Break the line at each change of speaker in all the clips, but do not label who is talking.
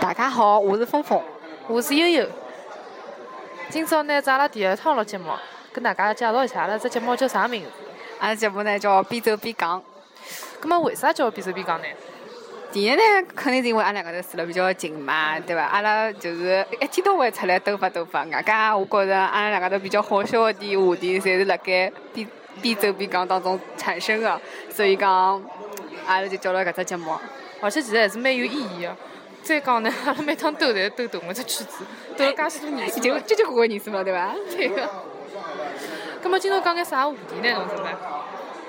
大家好，我是峰峰，
我是悠悠。今朝呢，是阿拉第一趟录节目，跟大家介绍一下，阿拉只节目叫啥名字？
阿啊拉节目呢叫边走边讲。
葛么为啥叫边走边讲呢？
第一呢，肯定是因为阿拉搿搭住了比较近嘛，对伐？阿拉就是一天到晚出来兜发兜发。外加啊我觉着阿拉两家头比较好笑的点话题，侪是辣盖边边走边讲当中产生的，所以讲阿拉就叫了搿只节目。
而且其实还是蛮有意义的。再讲呢， 阿拉每趟兜侪兜同一只圈子，兜了介许多年
已
数
经
了。
结结棍棍年数了，对伐？
对个。葛么今朝讲眼啥话题呢？侬准备？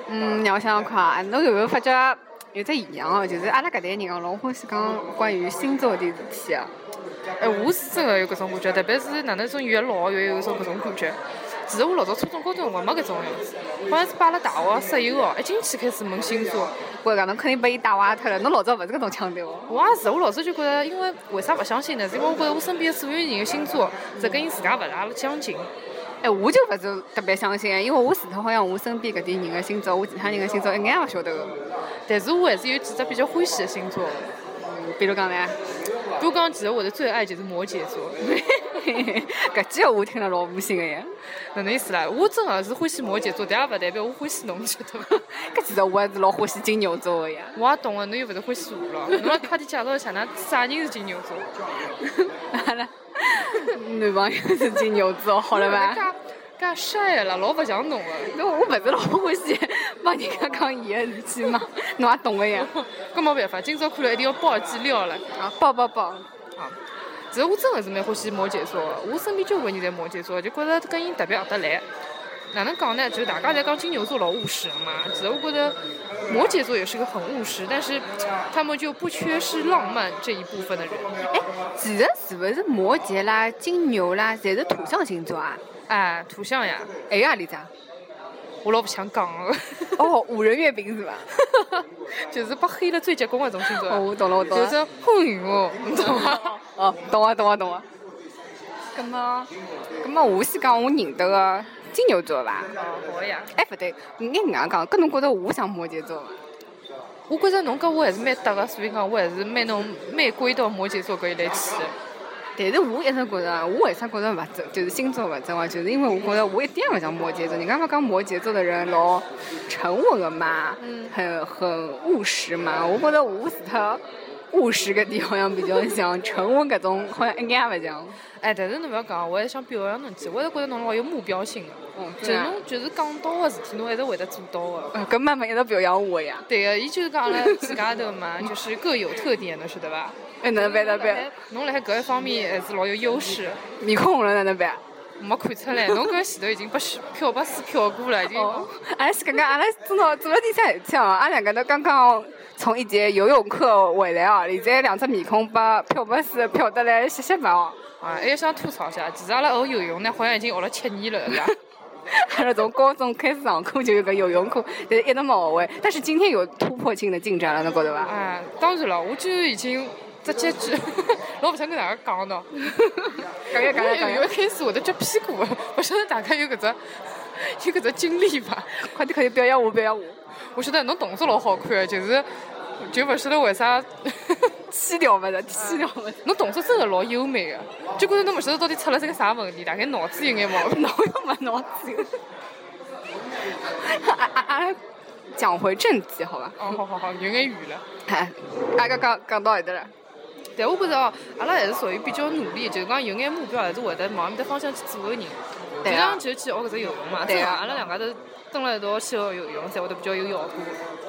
嗯，让我想想看啊，侬有没有发觉有只现象哦？就是阿拉搿代人哦，老欢喜讲关于星座的事体啊。
哎，我是真个有搿种感觉，特别是哪能种越老越有种搿种感觉。其实我老早初中、高中辰光没搿种样子，好像是摆辣大学室友哦，一进去开始问星座。
我讲侬肯定被伊带坏脱了，侬老早勿是搿种腔调哦。
我也是，我老早就觉得，因为为啥勿相信呢？是因为我觉得我身边的所有人的星座，只跟伊自家勿大啊相近。
哎，我就勿是特别相信，因为我除脱好像我身边搿点人的星座，我其他人的星座一眼也勿晓得个。
但是我还是有几只比较欢喜的星座，
比如讲呢，
比如讲，其实我的最爱就是摩羯座。
搿句闲话听了老无心个呀。
哪能意思啦？我真的是欢喜摩羯座，但也勿代表我欢喜侬，你晓得伐？
搿其实我还是老欢喜金牛座个呀。
我也懂个，侬又勿是欢喜我了。侬来快点介绍一下，㑚啥人是金牛座？
阿拉男朋友是金牛座，好了 伐？
介介晒个啦，老勿像侬 个。
那我勿是老欢喜帮人家讲伊个事体嘛，侬也懂个呀。
搿没办法，今朝看来一定要报记料了。
啊，抱抱抱！
啊，其实我真的是蛮欢喜摩羯座的，我身边交关人侪摩羯座，就觉着跟伊特别合得来。哪能讲呢？就是大家侪讲金牛座老务实的嘛，其实我觉得摩羯座也是个很务实，但是他们就不缺失浪漫这一部分的人。
哎，其实是勿是摩羯啦、金牛啦，侪是土象星座啊？
哎，土象呀，
还有何里只啊？
我老不想讲了，
哦，五仁月饼 是伐？
就是被黑了最结棍的一种星座，
哦，我懂了，我懂
就
了。
是混哦，你 懂吗？
哦，懂啊，懂啊，懂啊。咁么，咁么，我先讲我认得个金牛座伐？
哦，好呀。
哎，勿对，应该搿能介讲，搿侬觉着我像摩羯座伐？
我觉着侬跟我还是蛮搭的，所以讲我还是蛮侬蛮归到摩羯座搿一类去的。
但是我一直觉着，我为啥觉着勿准，就是星座勿准啊？就是因为我觉着我一点也勿像摩羯座。人家勿讲摩羯座的人老沉稳个嘛，
嗯
很很务实嘛。我觉着我是他务实个点好像比较像，沉稳搿种好像一眼也勿像。
哎，但是侬勿要讲，我还想表扬侬几，我还觉着侬老有目标性的，
嗯，
就是
真的。
侬就是讲到个事体，侬一直会得做到的。
呃，搿慢慢一直表扬我呀。
对个，伊就是讲阿拉自家头嘛，就是各有特点的，晓得伐？
哎，哪能办？哪能办？
侬辣海搿一方面还是老有优势，
面孔红了哪能办？
没看出来。侬搿前头已经被洗漂把水漂过了，已经。
哦，阿拉是刚刚阿拉真的做了点啥事体哦？阿拉两个头刚刚从一节游泳课回来哦，现在两只面孔把漂白水漂得来稀稀白 哦。
啊，还要想吐槽一下，其实阿拉学游泳呢，好像已经学了七年了，是伐？
阿拉从高中开始上课就有个游泳课，但是一直没学会。但是今天有突破性的进展了，侬觉得伐？
啊，当然了，我就已经只结局， 老勿想跟大家讲 了。
讲呀讲呀
我
讲呀
游泳！开始我都撅屁股了，勿晓得大家有搿只有搿只经历伐？
快点快点，表扬我表扬我！
我晓得侬动作老好看的，就是就勿晓得为啥
气掉勿是，气掉勿是。
侬动作真的老优美的，啊就觉着侬勿晓得到底出了是个啥问题，大概脑子有眼 毛哦病。
脑又没脑子。 啊啊啊！讲回正题，好吧？
哦，好好好，有眼远了。
哎，啊，刚刚讲到哪搭了？
但我觉着哦，阿拉还是属于比较努力，就是讲有眼目标，还是会得往埃面搭方向去做个人。就
对啊
像就去学搿只游泳嘛，
对啊
正好阿拉两家头蹲辣一道去学游泳，才会得比较有效果。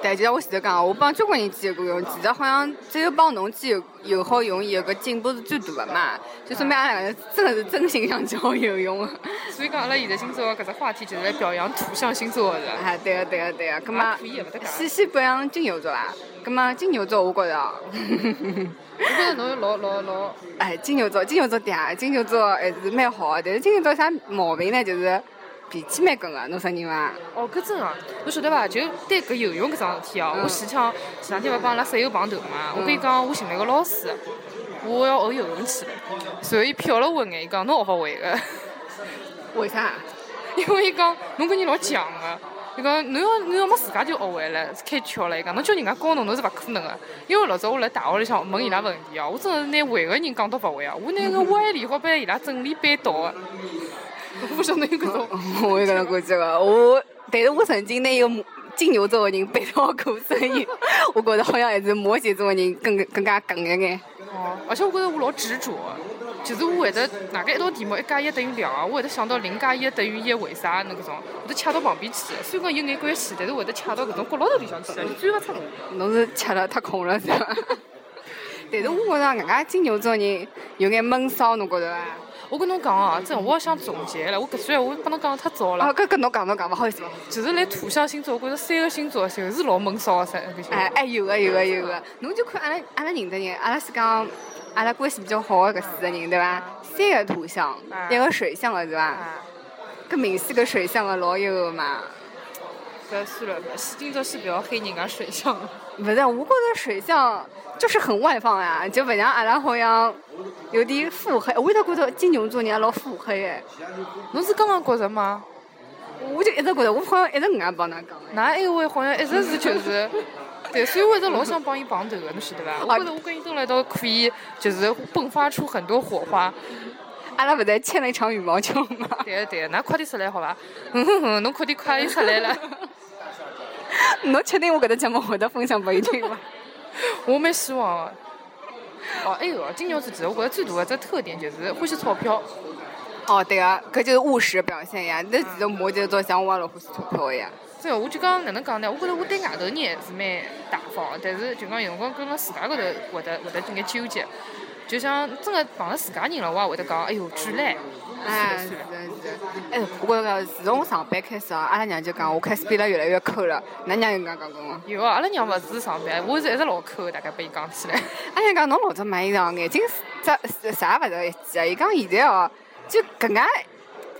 对，就像我前头讲，我帮交关人去游过泳，其实好像只有帮侬去游游好泳，有个进步是最大的嘛，就说明俺两个真的是真心想去学游泳啊！
所以讲，阿拉现在星座搿只话题就是来表扬土象星座的。
啊，对个对个对个，葛
啊
么
可以勿得讲
先先表扬金牛座啊，葛么金牛座我觉着哦，
我觉着侬老老老，
哎，金牛座金牛座对啊，金牛座还是蛮好的，但是啊金牛座有啥毛病呢？就是脾气蛮梗个，侬承认伐？
哦，搿真啊，侬晓得伐？就对搿游泳搿桩事体哦，
嗯
我前腔前两天勿帮阿拉室友碰头嘛，我跟伊讲我寻了一个老师，我要学游泳去了，所以伊瞟了我一眼，伊讲侬学勿会个，
为啥？
因为伊讲侬搿人老犟个，啊伊讲侬要侬要么自家就学会了，开窍了。伊讲侬叫人家教侬，侬是勿可能个。因为老早我辣大学里向问伊拉问题哦，我真的是拿会个人讲到勿会啊，我拿个歪理好被伊拉整理扳倒个。我勿晓得有搿种。
我也搿能感觉个，我，但是我曾经拿一个摩金牛座的人背到过，所以 我觉得好像还是摩羯座的人更更加梗一眼。
哦，而且我觉得我老执着的，就是我会得哪个一道题目一加一等于两啊，我会得想到零加一等于一为啥那搿种，会得掐到旁边去的。虽然讲有眼关系，但是会得掐到搿种角落头里向去的，你钻勿出来。
侬是吃了太空了是 伐？但是我觉着人家金牛座人有眼闷骚，侬觉着伐？
我跟侬讲哦，真的我也想总结了，我搿句闲话帮侬讲得太早了
哦，。搿搿侬讲侬讲，勿好意思。勿好意思
其实来土象星座，我觉着三个星座侪是老闷骚的三个星座。
哎哎，有个有个有个，侬就看阿拉阿拉认得人，阿拉是讲阿拉关系比较好的搿四个人对伐？三个土象，一个水象的对伐？
啊，
搿明显搿水象的老有个嘛。
搿算了吧，今朝先勿要黑人家啊水象了。
不是，我觉得水象就是很外放呀，就不像阿拉好像有点腹黑。我一直觉得金牛座人也老腹黑哎，
侬是刚刚觉着吗？
我就一直觉得，我好像一直搿能帮㑚讲哎。
㑚一位好像一直是 就是，对，所以我一直老想帮伊碰头个，侬晓得伐？我觉得我跟伊蹲辣一道可以，就是迸发出很多火花。
阿拉不是欠了一场羽毛球吗？
对个对个，㑚快点出来好伐？嗯哼哼，侬快点快点出来了。
侬确定我搿只节目会得分享拨伊听伐？
我蛮希望个。哦，还有哦，金牛座其实我觉着最大个只特点就是欢喜钞票。
哦，对啊，搿就是务实的表现呀。那几个摩羯座像我也老欢喜钞票的呀。
真个，我就讲哪能讲呢？我觉着我对外头人是蛮大方的，但是就讲有辰光跟辣自家高头会得会得有眼纠结。就像真个碰着自家人了，我也会得讲，哎哟，巨累。
哎，是的，是的。哎，我觉着自从我上班开始啊，阿拉娘就讲我开始变得越来越抠了。㑚娘有搿能讲过吗？
有啊，阿拉娘勿是上班，我是一直老抠，大概拨伊讲起来。
阿娘讲侬老早买衣裳，眼睛只啥勿着一记啊！伊讲现在哦，就搿能介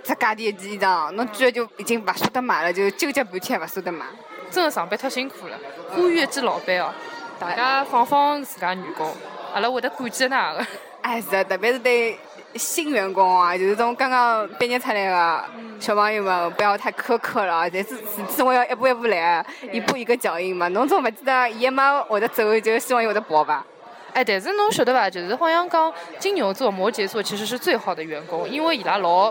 只价钿一件衣裳，侬居然就已经勿舍得买了，就纠结半天也勿舍得买。
真个上班太辛苦了，呼吁一记老板哦，大家放放自家员工，阿拉会得感激㑚个。
哎，是的，特别是对新员工啊，就是种刚刚毕业出来的小朋友们，不要太苛刻了，但是始终要一步一步来，一步一个脚印嘛。侬总勿记得伊没会得走，就希望伊会得跑吧？
哎，但是侬晓得伐？就是好像讲金牛座、摩羯座其实是最好的员工，因为伊拉老……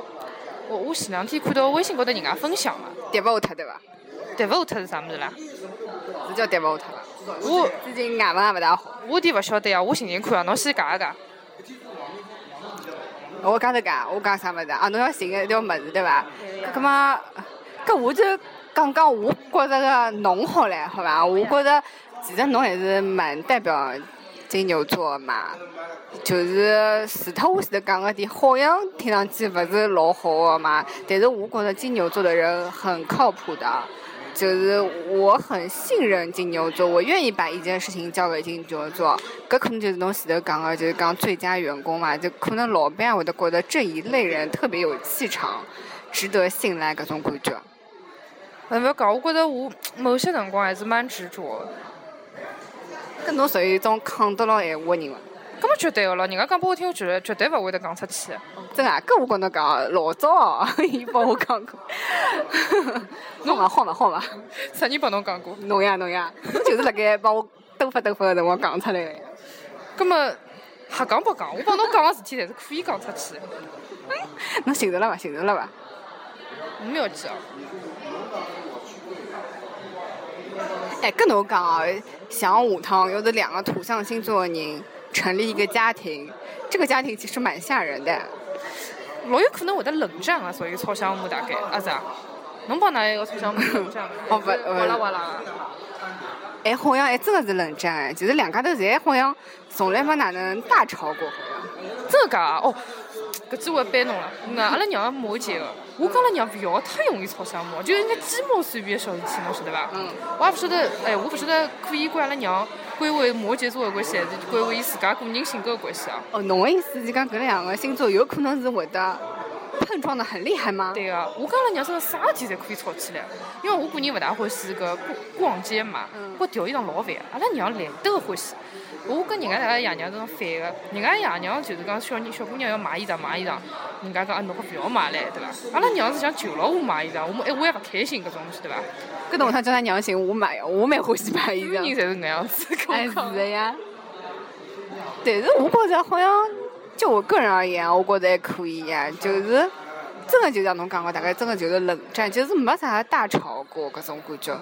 我我前两天看到微信高头人家分享嘛，
跌勿下脱对伐？
对勿脱是啥物事啦？
是叫跌勿下脱伐？
我
最近外文也勿大好，
我点勿晓得呀，我寻寻看啊，侬先讲一讲。
我讲头讲，我讲啥物事啊？啊，侬要寻一条物事对伐？搿么，搿我就讲讲我觉着个侬好唻，好伐？我觉着其实侬还是蛮代表金牛座的嘛，就是除脱我前头讲个点，好像听上去勿是老好个嘛，但是我觉着金牛座的人很靠谱的。就是我很信任金牛座，我愿意把一件事情交给金牛座。搿可能就是侬前头讲个，就是讲最佳员工嘛，就可能老板也会得觉得这一类人特别有气场，值得信赖搿种感觉。
勿要哎讲，我觉着我某些辰光还是蛮执着的。
搿侬属于一种抗得牢闲话的人伐？
搿么绝对个咯，人家讲拨我听，我绝对绝对勿会得讲出去的。
真啊，搿我跟侬讲，老早哦伊帮我讲 过，侬勿好伐好伐？
啥人帮侬讲过？
侬呀侬呀，侬就是辣盖帮我兜发兜发个辰光讲出来的。
葛么瞎讲不讲，我帮侬讲个事体，侪是可以讲出去的。
侬寻着了伐？寻着了伐？
我没有记哦。
哎，跟侬讲啊，想下趟要是两个土象星座的人成立一个家庭，这个家庭其实蛮吓人的。
老有可能会得冷战啊，所以吵相骂大概啊是啊。侬帮哪一个吵 相骂冷战？
哦不呃
哇啦哇啦。
哎，好像还真的是冷战哎，就是两家头侪好像从来没哪能大吵过，好像。
真个假啊？哦，搿句我要扳侬了。那阿拉娘摩羯个，我跟阿拉娘勿要太容易吵相骂，就是那鸡毛蒜皮个小事体，侬晓得伐？
嗯。
我也勿晓得，哎，我勿晓得可以怪阿拉娘归为摩羯座个关系，还是归为伊自家个人性格个关系啊？
哦，侬的意思是讲搿两个星座有可能是会得碰撞的很厉害吗？
对个、啊我讲了娘生啥事体侪可以吵起来，因为我个人勿大欢喜搿逛逛街嘛
嗯，
觉调衣裳老烦，阿拉娘懒得欢喜。我跟人家大家爷娘真的反个，人家爷娘就是讲小人小姑娘要买衣裳买衣裳，人家讲啊侬可勿要买唻，对伐？阿拉娘是想求牢我买衣裳，我们哎我也勿开心搿种东西，对伐？
搿侬下叫他娘行，我买，我蛮欢喜买衣
一个
裳。
人侪是搿样子，
啊哎，
跟我
是
讲
的呀。但是我觉着好像就我个人而言，啊我觉着还可以呀，就是。真的就像侬讲个，大概真的就是冷战，就是没啥大吵过搿种感觉。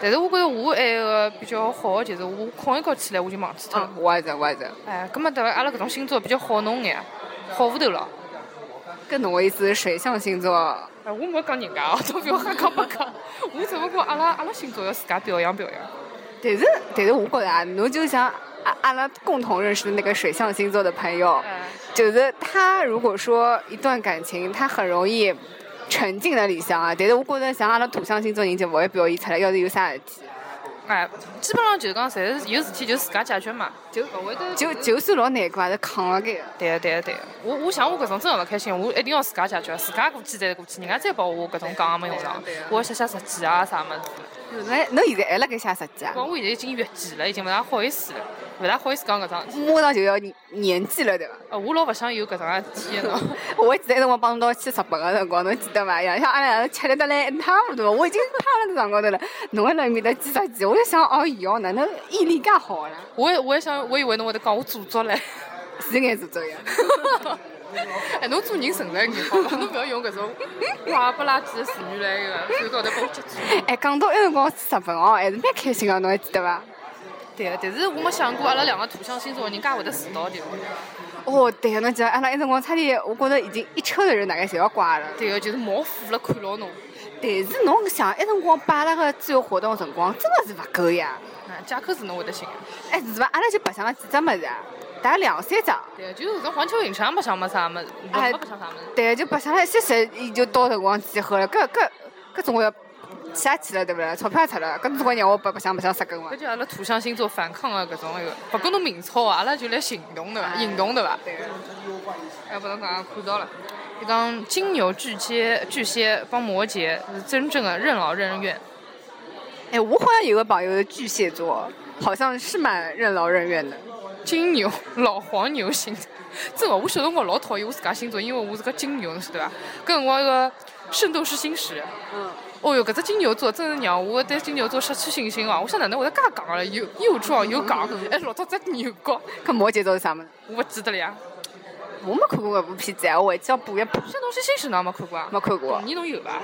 但是我觉着我还有个比较好个就是我困一觉起来我就忘记脱了
嗯。，我也是，我也是。
哎，葛末对伐？阿拉搿种星座比较好弄眼，好糊头了。
跟侬个意思是水象星座
哎，我没讲人家哦，都不要瞎讲八讲。我只不过阿拉阿拉星座要自家表扬表扬。
但是，但是我觉得啊，侬就像阿阿拉共同认识的那个水象星座的朋友，
哎，
就是他如果说一段感情，他很容易沉浸在里向啊。但是我觉得像阿拉土象星座人就勿会表现出来，要是有啥事体，
哎，基本上就是讲，侪是有事体就自家解决嘛，就勿会得
就就算老难过，还是扛了该。
对个对个对个。我我想我搿种真个勿开心，我一定要自家解决，自家过去再过去，人家再帮我搿种讲也没用上
对啊对啊。
我要写写日记啊啥物事。
侬侬现在还辣盖写日记啊？
光我现在已经越级了，已经勿大好意思了，勿大好意思讲搿桩事体。
马上就要年年纪了，对伐？
呃，我老勿想有搿桩事体个 喏。
我记得那辰光帮侬到去日本个辰光，侬记得伐？像像阿拉两个吃力得来一塌糊涂，我已经趴辣床高头了，侬还辣埃面搭记日记，我就想，哦哟，哪能毅力介好呢？啊
我也我也想，我以为侬会得讲我做作唻。
是眼做作呀。
哎，侬做人诚实一眼好伐？侬勿要用搿种瓜不拉几的词语来个，最高头帮我接住。
哎，讲到埃辰光去日本哦，还是蛮开心个，侬还记得伐？
对个，但是我没想过阿拉两个土象星座人家会得迟到的。
哦，对个，侬记得阿拉埃辰光差点，我觉着已经一车的人大概侪要挂了。
对个，就是毛腐了看牢侬。
但是侬想，埃辰光摆阿拉个自由活动辰光，真的是勿够呀。
啊，借口是侬会得寻个。
哎，是伐？阿拉就白相了几只物事啊，大概两三张。
对个，就是搿种环球影城白相没啥物事，没
哎
没白相啥物事。
对，就白相了一歇歇，伊就到辰光集合了。搿搿搿总归要下去了，对勿啦？钞票也出了，搿总归让我白白相白相杀根伐
搿？就阿拉土象星座反抗个搿种那个，勿跟侬明吵啊，阿拉就来行动对伐？行动对伐？
对个，
哎，不能讲看到了。就讲金牛、巨蟹、巨蟹帮摩羯是真正的任劳任怨。
哎，我好像有个朋友是巨蟹座，好像是蛮任劳任怨的。
金牛 老黄牛星，真的， 我小辰光老讨厌我自家星座，因为我是个金牛，侬晓得伐？搿辰光一个圣斗士星矢，
嗯，
哦哟，搿只金牛座真是让我对金牛座失去信心啊！我想哪能会得介戆了，又又壮又戆，
嗯
还落到只牛角，
搿摩羯座是啥物事？
我勿记得了呀。
我没看过搿部片子啊，我回去要补一补。
圣斗士星矢侬也没看过啊？
没看过，
你侬有伐？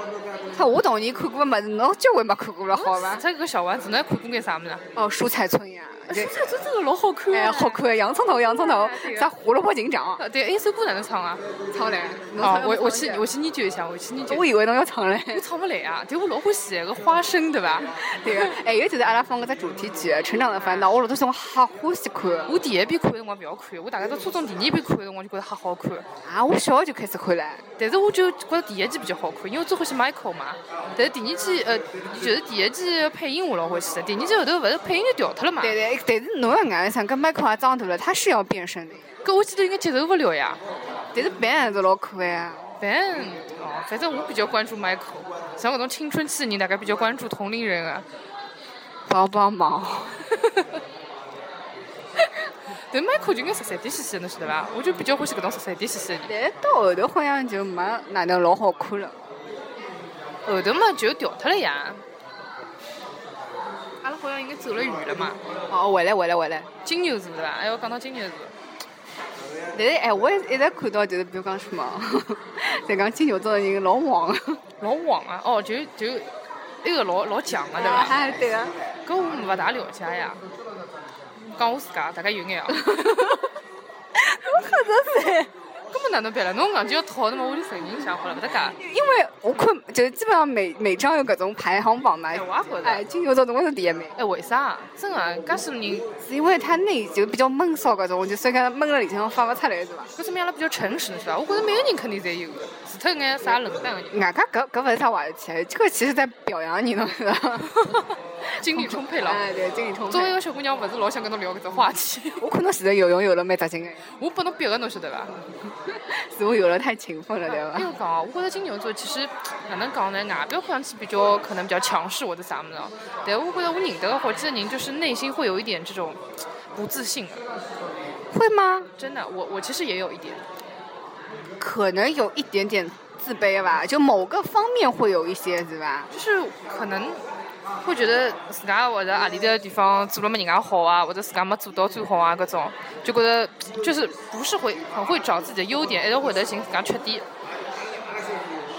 他我童年看过的物事，侬交关没看过了，好伐？
这个小丸子，侬还看过眼啥物事啊？
哦，蔬菜村呀，
这
哎 这
这真的老好看
哎好看，洋葱头，洋葱头
哎对，个
啥胡萝卜警长，
啊，对，A 首歌哪能唱啊？
唱嘞。侬
哦
唱，
我
侬
我
唱
去
嘞
我去研究一下，我去研究一下。
我以为侬要唱嘞。
我唱不来啊，但我老欢喜个花生，对伐？
对个，还有就是阿拉放搿只主题曲《成长的烦恼》，我老早辰光好欢喜看
我第一遍看的辰光勿要看，我大概到初中第二遍看的辰光就觉得还好看，
啊！我小学就开始看了，
但是我就觉得第一季比较好看，因为我最欢喜 Michael 嘛。但是第二季呃，就是第一季的配音我老欢喜的，第二季后头勿是配音就调脱了嘛？
对对，但是侬要搿样想，搿麦克也长大了，他是要变身的，
搿我记得应该接受勿了呀。
但是扮还是老可爱啊。
反正哦，反正我比较关注 Michael，像搿种青春期的人大概比较关注同龄人啊。
帮帮忙，
但 Michael 就应该十三点兮兮的，侬晓得伐？我就比较欢喜搿种十三点兮兮的人。
但是到后头好像就没哪能老好看了。
后头嘛就调脱了呀。阿拉好像应该走了远了嘛。
哦，回来回来回来。
金牛座对伐？哎，我讲到金牛座，
但是哎，我一直看到就是比如讲什么，在讲金牛座的人老忙。
老旺啊！哦，就就一个老老强个对伐？
哎，对啊。
搿我勿大了解呀。讲我自家大概有 眼啊。
我可真是。
搿么哪能办了？侬硬就要讨那么我就承认一下好了，勿搭界。
因为我看就是基本上每每张有各种排行榜嘛
哎，，我也觉
哎，
着。
金牛座总归是第一名，
哎，为啥？真个，介许多人，
是因为他内就比较闷骚搿种，就所以讲闷了里向发勿出来是伐？
搿说明阿拉比较诚实，是伐？我觉着每个人肯定侪有个，除脱眼啥冷淡个 人，
外加搿搿勿是啥坏事体，这个其实在表扬你，侬知道伐？
精力充沛了。
哎，对，精力充
作为一
沛。
个小姑娘，勿是老 想跟侬聊搿只话题。
我看侬现在游泳游了蛮扎劲个，
我拨侬逼个，侬晓得伐？
似乎有了太勤奋了，对
因
伐？
为讲啊，我觉着金牛座其实哪能讲呢？外表看上去比较可能比较强势或者啥么子哦，但我觉着我认得的好几个人，就是内心会有一点这种不自信的。
会吗？
真的，我我其实也有一点，
可能有一点点自卑吧，就某个方面会有一些，是吧？
就是可能会觉得自家或者阿里的地方做了没人家好啊，或者自家没做到最好啊，搿种就觉得就是不是会很会找自己的优点，还是会得寻自家缺点。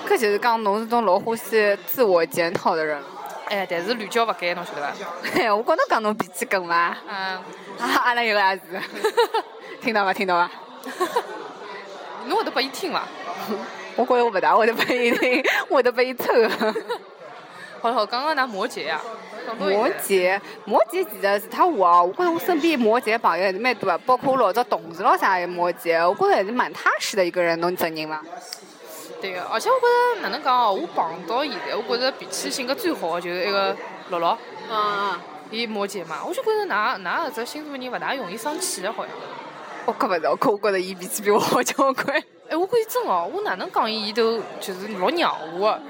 搿就是讲侬是种老欢喜自我检讨的人。
哎，但是屡教不改，侬晓得伐？
嘿，我觉着讲侬脾气梗伐？
嗯，
啊，阿拉有个儿子，听到伐？听到伐？
侬会得拨伊听伐？
我觉着我勿大会得被伊听，我会得被伊抽。
好了好，刚刚拿摩羯呀、讲到
摩
现在
羯，摩羯其实是他我啊，我觉着我身边摩羯朋友还是蛮多的，包括我老早同事咯啥也摩羯，我觉着还是蛮踏实的一个人，侬承认伐？
对个，而且我觉着哪能讲哦，我碰到现在，我觉着脾气性格最好的就是一个乐乐，
嗯，
伊摩羯嘛，我就觉着㑚㑚搿只星座人勿大容易生气的，好像。
我觉勿着，我觉着伊脾气比我好交关。
哎，我觉着真哦，我哪能讲伊，伊都就是老让我的。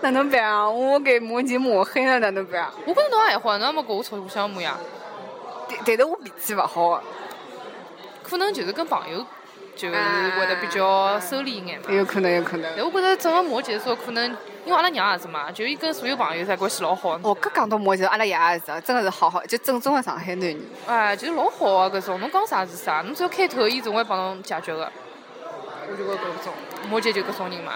哪能办啊？我给摩羯抹黑了，哪能办啊？
我跟侬也好，侬也没跟我吵互相骂呀，
但但是我脾气勿好，
可能就是跟朋友就是
啊
会得比较收敛一眼嘛。
有可能，有可能。
但我觉着整个摩羯座可能，因为阿拉娘也是嘛，就伊跟所有朋友侪关系老好。
哦，搿讲到摩羯，阿拉爷也是啊，真的是好好，就正宗的上海男人。
哎，就是老好啊，搿种侬讲啥是啥，侬只要开头，伊总会帮侬解决个。我就觉着搿种摩羯就搿种人嘛。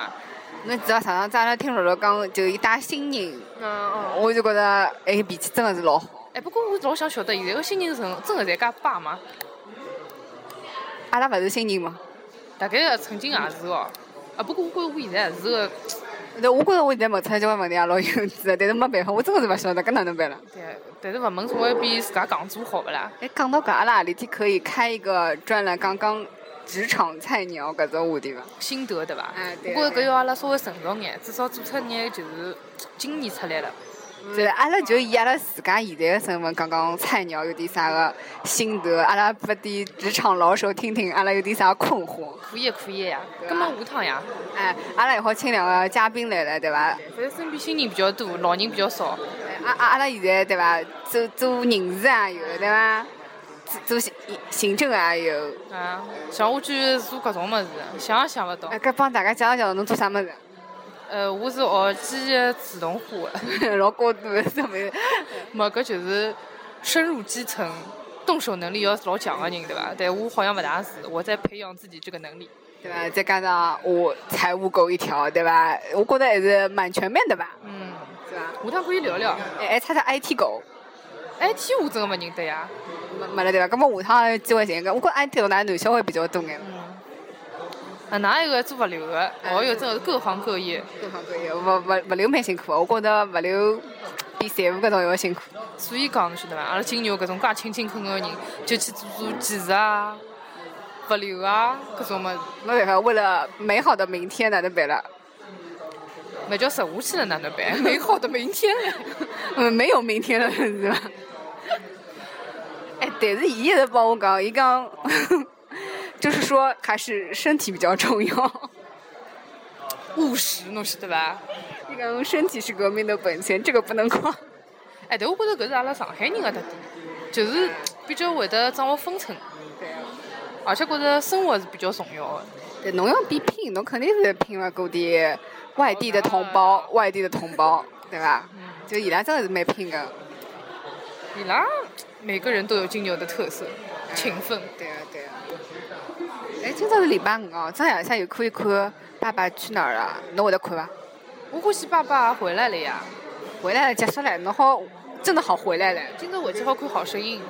侬知道上趟子阿拉听乐乐讲，就伊带新人，
嗯
我就觉着哎脾气真的是老好。
哎，不过我老想晓得，现在个新人是真个侪介霸吗？
阿拉勿是新人嘛，
大概曾经也是哦。啊，不过我觉着我现在也是个，
但我觉着我现在问出来交关问题也老幼稚的，但是没办法，我真的是勿晓得搿哪能办了。
对，但是勿问总归比自家讲做好勿啦？
哎，讲到搿，阿拉何里天可以开一个专栏，讲讲职场菜鸟搿种话题伐？
心得对伐？
哎对
我觉着搿要阿拉稍微成熟眼，至少做出眼就是经验出来了。
对，阿拉就以阿拉自家现在的身份，讲讲菜鸟有点啥个心得，阿拉拨点职场老手听听，阿拉有点啥困惑。
可以可以呀，
对
葛
啊
末下趟呀，
哎，阿拉也好请两个嘉宾来了，对伐？
反正身边新人比较多，老人比较少。
哎阿阿阿拉现在对伐？做做人事也有，对伐？做做行行政也有，
啊，像我居然做搿种物事，想也想勿到
哎，。搿帮大家介绍介绍侬做啥物事？
呃，我是学机械自动化的，
老高度的什么？
没搿就是深入基层，动手能力要老强的人，对伐？但我好像勿大是，我在培养自己这个能力。
对伐？再加上我财务狗一条，对伐？我觉得还是蛮全面的吧，
嗯，
是伐？
下趟可以聊聊。哎
哎，还差点 IT 狗。
IT 我真的勿认得呀。
没没了对伐？咁么下趟有机会寻一个，我觉着 IT 搿男男小孩比较多眼，
嗯。啊，哪有个做物流的？哦哟，真的是各行各业。
各行各业，勿勿勿流蛮辛苦的，我觉着物流比财务搿种要辛苦。
所以讲，侬晓得伐？阿拉金牛搿种介勤勤恳恳的人，就去做做技术啊、物流啊搿种物事，
没办法，为了美好的明天，哪能办了？
那叫实下去了哪能办？美好的明天嘞。
嗯，没有明天了，是吧？哎，但是伊一直帮我讲，伊讲， 就是说还是身体比较重要。
务实，侬晓得伐？
伊讲身体是革命的本钱，这个不能夸。
哎，但我觉着搿是阿拉上海人个特点，就是比较会得掌握分寸，
对啊，
而且觉着生活是比较重要的。
对，侬要比拼，侬肯定是拼了各地外地的同胞，外地的同胞，对吧？就伊拉真的是蛮拼啊的。
伊拉每个人都有金牛的特色，勤奋。
对啊，对啊。哎，今朝是礼拜五哦，这两下有可以看《爸爸去哪儿》啊？侬会得看伐？
我欢喜爸爸回来了呀，
回来了，结束了，侬好，真的好回来了。
今朝回去好看《好声音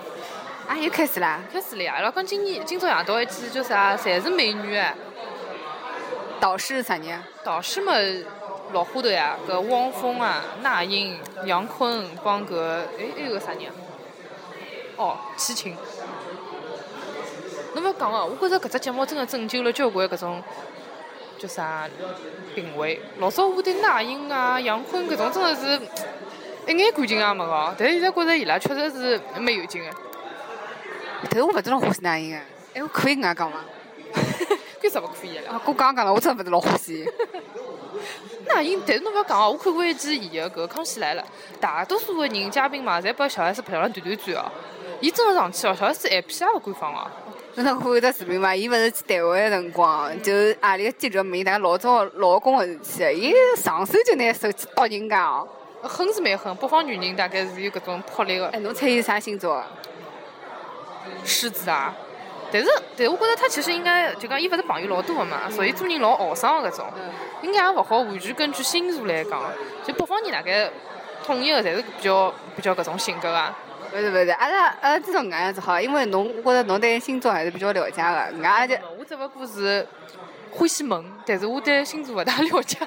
啊，又开始啦！》，
开始了呀。老讲今年今朝夜到一记叫啥，侪是美女哎，
导师是啥人啊？
导师们老花头呀，搿汪峰啊、那英、杨坤帮搿哎还有个啥人啊？哦，齐秦。侬勿要讲哦，我觉着搿只节目真的拯救了交关搿种叫啥评委。老早我对那英啊、杨坤搿种真的是一眼感情也没个哦，但是现在觉着伊拉确实是蛮有劲个。
但是我勿知道欢喜哪一个。哎，我可以搿能介讲伐？
搿必杀勿可以个
啊
啦。，
我刚刚讲了，我真的勿是老欢 喜。
那因，但是侬勿要讲哦，我看过一期伊个搿《康熙来了》，大多数个人嘉宾嘛，侪拨小 S 漂亮团团转哦。伊真个上去哦，小 S 一屁也勿敢放哦。
侬看过一只视频嘛？伊勿是去台湾个辰光，就是阿里个记者问伊大家老早老公个事体的，伊上手就拿手机搭人家哦。
狠是蛮狠，北方女人大概是有搿种魄力个
哎，侬猜伊是啥星座啊？
狮子啊。但是，但我觉着她其实应该就讲，伊勿是朋友老多个嘛，所以做人老豪爽个搿种，应该也勿好完全根据星座来讲。就北方人大概统一个，侪是比较比较搿种性格啊。
勿是勿是，阿拉阿拉这种搿样子好，因为侬我觉着侬对星座还是比较了解个，搿阿拉就
我只勿过是欢喜问，但是我对星座勿大了解。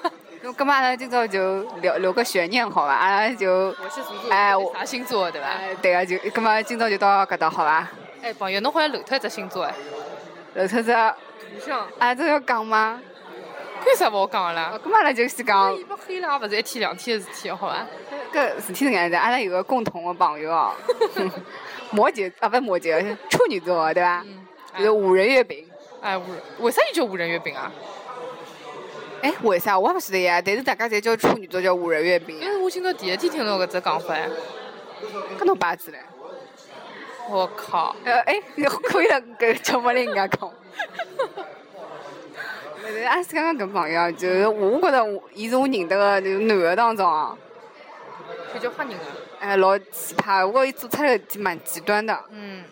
侬搿么阿拉今朝就留留个悬念好伐？阿拉就
我是星
哎我
啥星座对伐？
哎对个，就搿么今朝就到搿搭好伐？
哎，朋友，侬好像漏脱一只星座哎。
老头子，阿
图像，
拉这要讲吗？
有啥勿好讲个啦？
哦，搿么阿拉就先讲
伊。被黑了也勿是一天两天个事体，好伐？
搿事体是搿样子，阿拉有个共同个朋友哦， 摩羯啊，勿是摩羯，处女座对伐？
嗯，
就是五仁月饼。
哎，无为啥伊叫无人月饼啊？
哎，为啥我也勿晓得呀？但是大家侪叫处女座叫五仁月饼
因，为我今朝第一天听到搿只讲法哎，
搿侬八字唻？
我靠！
呃，哎， 可以了，搿节目里人家讲。 勿是，俺是刚刚搿朋友，就是我觉着我，伊是我认得个就是男个当中哦，
就叫吓人啊！
哎，老奇葩，我觉得伊做出来的事体蛮极端的。
嗯，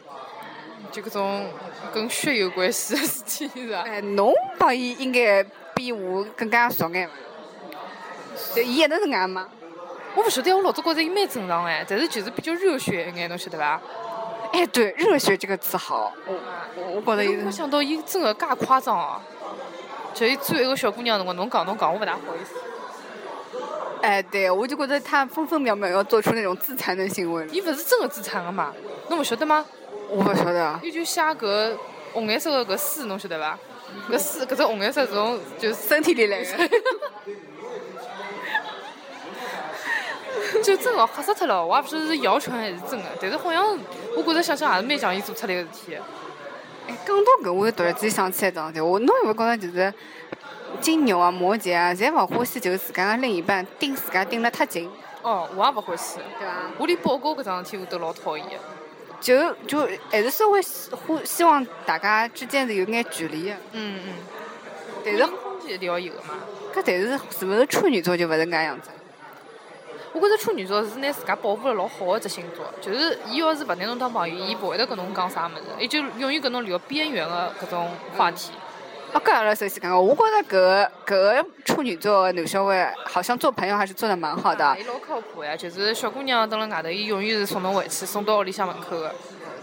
就搿种跟血有关系的事体是伐？
哎，侬帮伊应该比我更加熟眼伐？就伊一直是搿样吗？
我勿晓得，我老早觉着伊蛮正常哎，但是就是比较热血一眼，侬晓得伐？
哎，对，热血这个词好，我我我觉得
但
伊
是我没
是
想到伊真个介夸张哦！就伊追一个小姑娘的辰光，侬讲侬讲，我勿大好意思。
哎，对，我就觉得他分分秒秒要做出那种自残的行为，
伊勿是真个自残个嘛？侬勿晓得吗？
我不晓得。
伊就写搿红颜色个搿丝，侬晓得伐？搿丝搿只红颜色从就是
身体里来的，
就真个吓死脱了，我也勿晓得是谣传还是真个，但是好像我觉着想想也是蛮像伊做出来个事体的。
哎，讲到搿，我又突然之间想起来一桩事体，我侬有没有觉得就是金牛啊、摩羯啊，侪勿欢喜就是自家的另一半盯自家盯得太紧，
哦，我也勿欢喜，
对伐？
我连报告搿桩事体我都老讨厌的。
就就还是稍微希希望大家之间是有眼距离的，
嗯嗯，
但
但
是
是空间聊有个嘛，
搿但是是勿是处女座就勿是搿能样子？
我觉着处女座是拿自家保护了老好个一只星座，就是伊要是勿拿侬当朋友，伊勿会得跟侬讲啥物事，伊就永远跟侬聊边缘个搿种话题。
哦，搿阿拉首先讲讲，我觉着搿搿处女座的男小孩好像做朋友还是做的蛮好的
啊伊，老靠谱呀，就是小姑娘蹲辣外头，伊永远是送侬回去，送到屋里向门口个。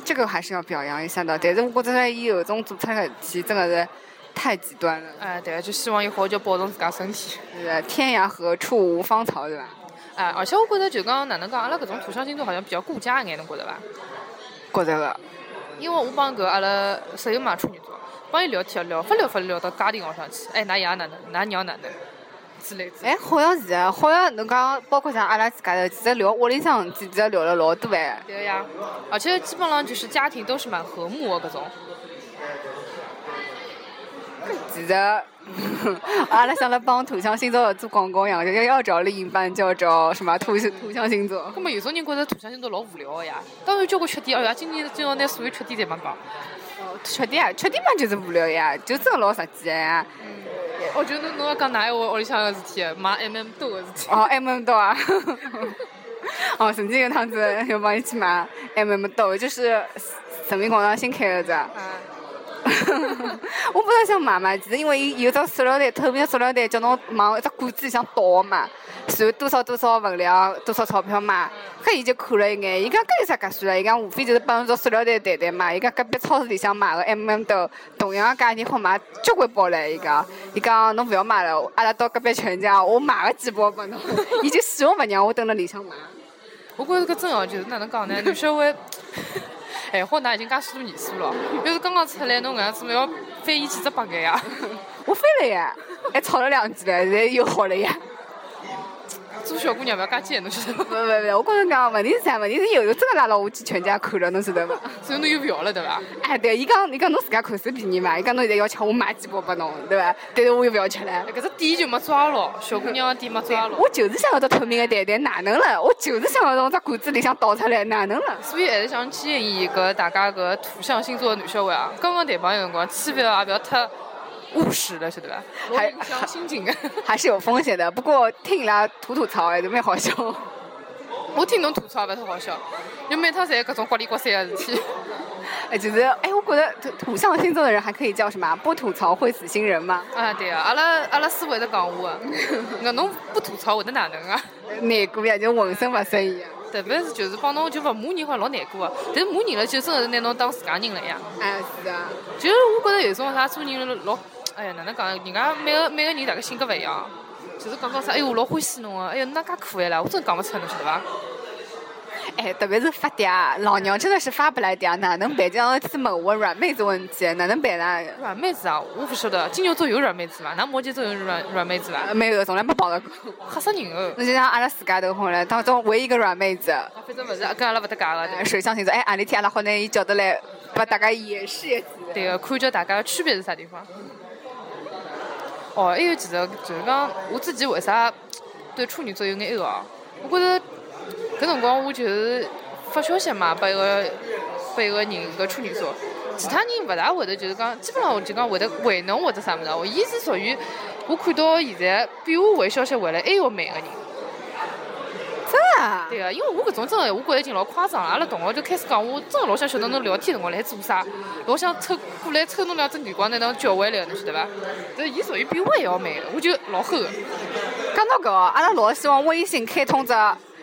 这个还是要表扬一下的。但是我觉着伊有种做出来的事体真的是太极端了，
哎，对啊，就希望伊好好叫保重自家身体。
就是天涯何处无芳草，对吧？
哎，而且我觉得就讲哪能讲，阿拉搿种土象星座好像比较顾家一眼，侬觉得伐？
觉着个，
因为我帮搿阿拉室友嘛处女座，帮伊聊天聊发聊发聊到家庭浪向去，哎，㑚爷哪能，㑚娘哪能，之类之类。
哎，好像是啊，好像侬讲包括像阿拉自家头，其实聊屋里向事体，其实聊了老多哎。
对呀，而且基本上就是家庭都是蛮和睦的搿种。
其实 阿拉像辣帮土象星座做广告一样，就要要找另一半就要找什么土土象星座。
葛末有种人觉着土象星座老无聊的呀，当然有交关缺点，哎呀，今年今朝拿所有缺点侪没讲。
缺点啊，缺点嘛就是无聊呀，就真的老实际啊呀。
我觉得侬侬要讲哪一位屋里向个事体，买 MM 多个事体。
哦，M M 豆啊， 哦，曾经有趟子有帮伊去买 M M 豆，就是人民广场新开的只。
啊，
我本来想买嘛，其实因为伊有只塑料袋，透明的塑料袋，叫侬往一只管子里向倒嘛，然后多少多少分量，多少钞票嘛。搿伊就看了一眼，伊讲搿有啥介算啦？伊讲无非就是帮侬只塑料袋袋袋嘛。伊讲隔壁超市里向买个 M M 豆，同样的价钿好买交关包唻。伊讲，伊讲侬勿要买了，阿拉到隔壁全家，我买个几包拨侬。 伊就死活勿让我蹲辣里向买。
我觉着搿真哦，就是哪能讲呢？女小孩，还哎好㑚已经介许多年数了，要是刚刚出来，侬搿样子要翻伊几只白眼呀？
我翻了呀，还吵了两句唻，现在又好了呀。
做小姑娘勿要介贱，侬晓得伐？
勿勿勿，我跟侬讲，问题是啥？问题是有时候真的拉牢我去全家看了，侬晓得伐？
所以侬又勿要了，对伐？
哎，对，伊讲伊讲侬自家看是便宜嘛，伊讲侬现在要吃，我买几包拨侬，对伐？但是我又勿要吃了。
哎搿只点就没抓牢，小姑娘的点没抓牢，
我就是想要只透明的蛋蛋，哪能了？我就是想要从只罐子里向倒出来，哪能了？
所以还是想建议搿大家搿土象星座的男小孩啊，刚刚谈朋友辰光，千万也勿要太务实了，晓得伐？老
还
影响心情 个。
还是有风险的。不过听伊拉吐吐槽还是蛮好笑。
我听侬吐槽也勿太好笑，就每趟侪搿种刮里刮塞个事体。
哎，就是哎，我觉得土土象星座的人还可以叫什么啊？不吐槽会死星人吗？
啊，对啊，阿拉阿拉师傅会得讲 我个，搿侬不吐槽会得哪能啊？
难过呀，就浑身不适一样。
特别是就是帮侬就勿骂人，好像老难过个。啊但是骂人了，就真的是拿侬当自家人了呀。
哎，是啊，
就是我觉着有种啥做人老，哎呀，哪能讲？人家每个每个人大概性格勿一样。就是讲讲啥，哎哟，老欢喜侬个，哎哟，侬哪介可爱啦，我真讲勿出来，侬晓得伐？
哎，特别是发嗲，老娘真的是发不来嗲，哪能办？这样去问我软妹子问题，哪能办呢？
软妹子啊，我勿晓得，金牛座有软妹子伐？㑚摩羯座有软软妹子伐？
没有，从来没碰到过。
吓死人哦！
那就像阿拉自家头好了，当中唯一一个软妹子，
啊反正勿是，跟阿拉勿搭界个，对
哎水象星座，哎，阿里天阿拉好拿伊叫得来，把大家演示一次。
对个，看叫大家的区别是啥地方？哦，还有其实就是讲我自己为啥对处女座有眼那个啊？我觉着搿辰光我就是发消息嘛，拨一个拨一个人搿处女座，其他人勿大会得就是讲，基本上就讲会得回侬或者啥物事啊，伊是属于我看到现在比我回消息回来还要慢个人。
真的啊？
对个、因为我搿种真个，我觉着已经老夸张了。阿拉同学就开始讲，我真个老想晓得侬聊天辰光辣做啥，老想抽过来抽侬两只耳光，拿侬叫回来，侬晓得伐？但伊属于比我还要慢，我就老吼个。
讲到搿哦，阿拉老希望微信开通只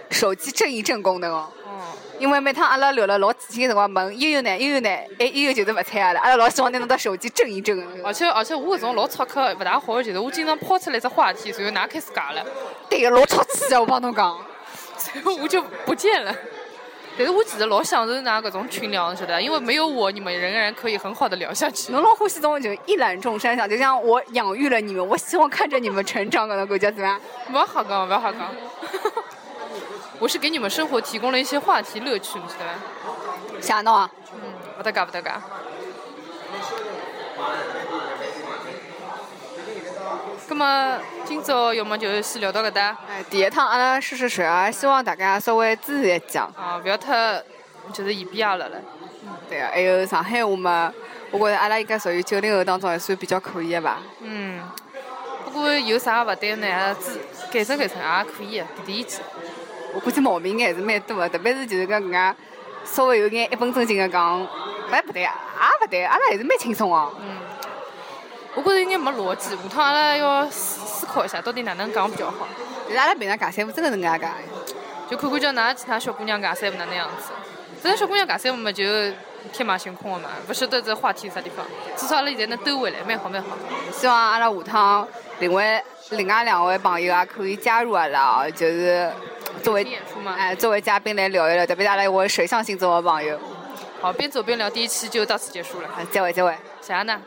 手机震一震功能哦，
哦，
因为每趟阿拉聊了老起劲的辰光问悠悠呢，悠悠呢，哎悠悠就是勿睬阿拉，阿拉老希望拿侬的手机震一震的。
而且而且我搿种老插科勿大好个，就是我经常抛出来一只话题，然后㑚开始讲了，
对个，老出气的，我帮侬讲。
然后我就不见了。但是我其实老享受㑚搿种群聊，侬晓得伐，因为没有我，你们仍然可以很好的聊下去。
侬老欢喜这种就一览众山小，就像我养育了你们，我希望看着你们成长，搿能感觉怎么样？
不要瞎讲，不要瞎讲。 我是给你们生活提供了一些话题乐趣，你知道吧？
啥侬啊？
嗯，不搭嘎不搭嘎。那么今朝要么就先聊到搿搭
哎，第一趟阿拉试试水啊，希望大家稍微支持一讲。
啊，不要太就是嫌避阿拉了。
对啊个，还有上海话嘛，我觉着阿拉应该属于九零后当中还算比较可以的吧。
嗯，不过有啥勿对呢？自改正改正也可以的，提提意见。
我估计毛病应该还是蛮多的，特别是就是讲搿能介稍微有眼一本正经的讲，勿不对，也勿对，阿拉还是蛮轻松哦。
我觉着应该没逻辑，下趟阿拉要思思考一下，到底哪能讲比较好。
但是阿拉平常哎尬三胡真的是搿能介尬。
就看看叫哪其他小姑娘尬三胡哪能样子。真小姑娘尬三胡嘛，就天马行空的嘛，不晓得这话题啥地方。至少阿拉现在能兜回来，蛮好蛮好。
希望阿拉下趟另外另外两位朋友也啊可以加入阿拉哦，就是作为
听演出嘛
哎作为嘉宾来聊一聊，特别是阿拉一位水象星座的朋友。啊
好，边走边聊，第一期就到此结束了。
啊，结尾结尾。
谢谢呢？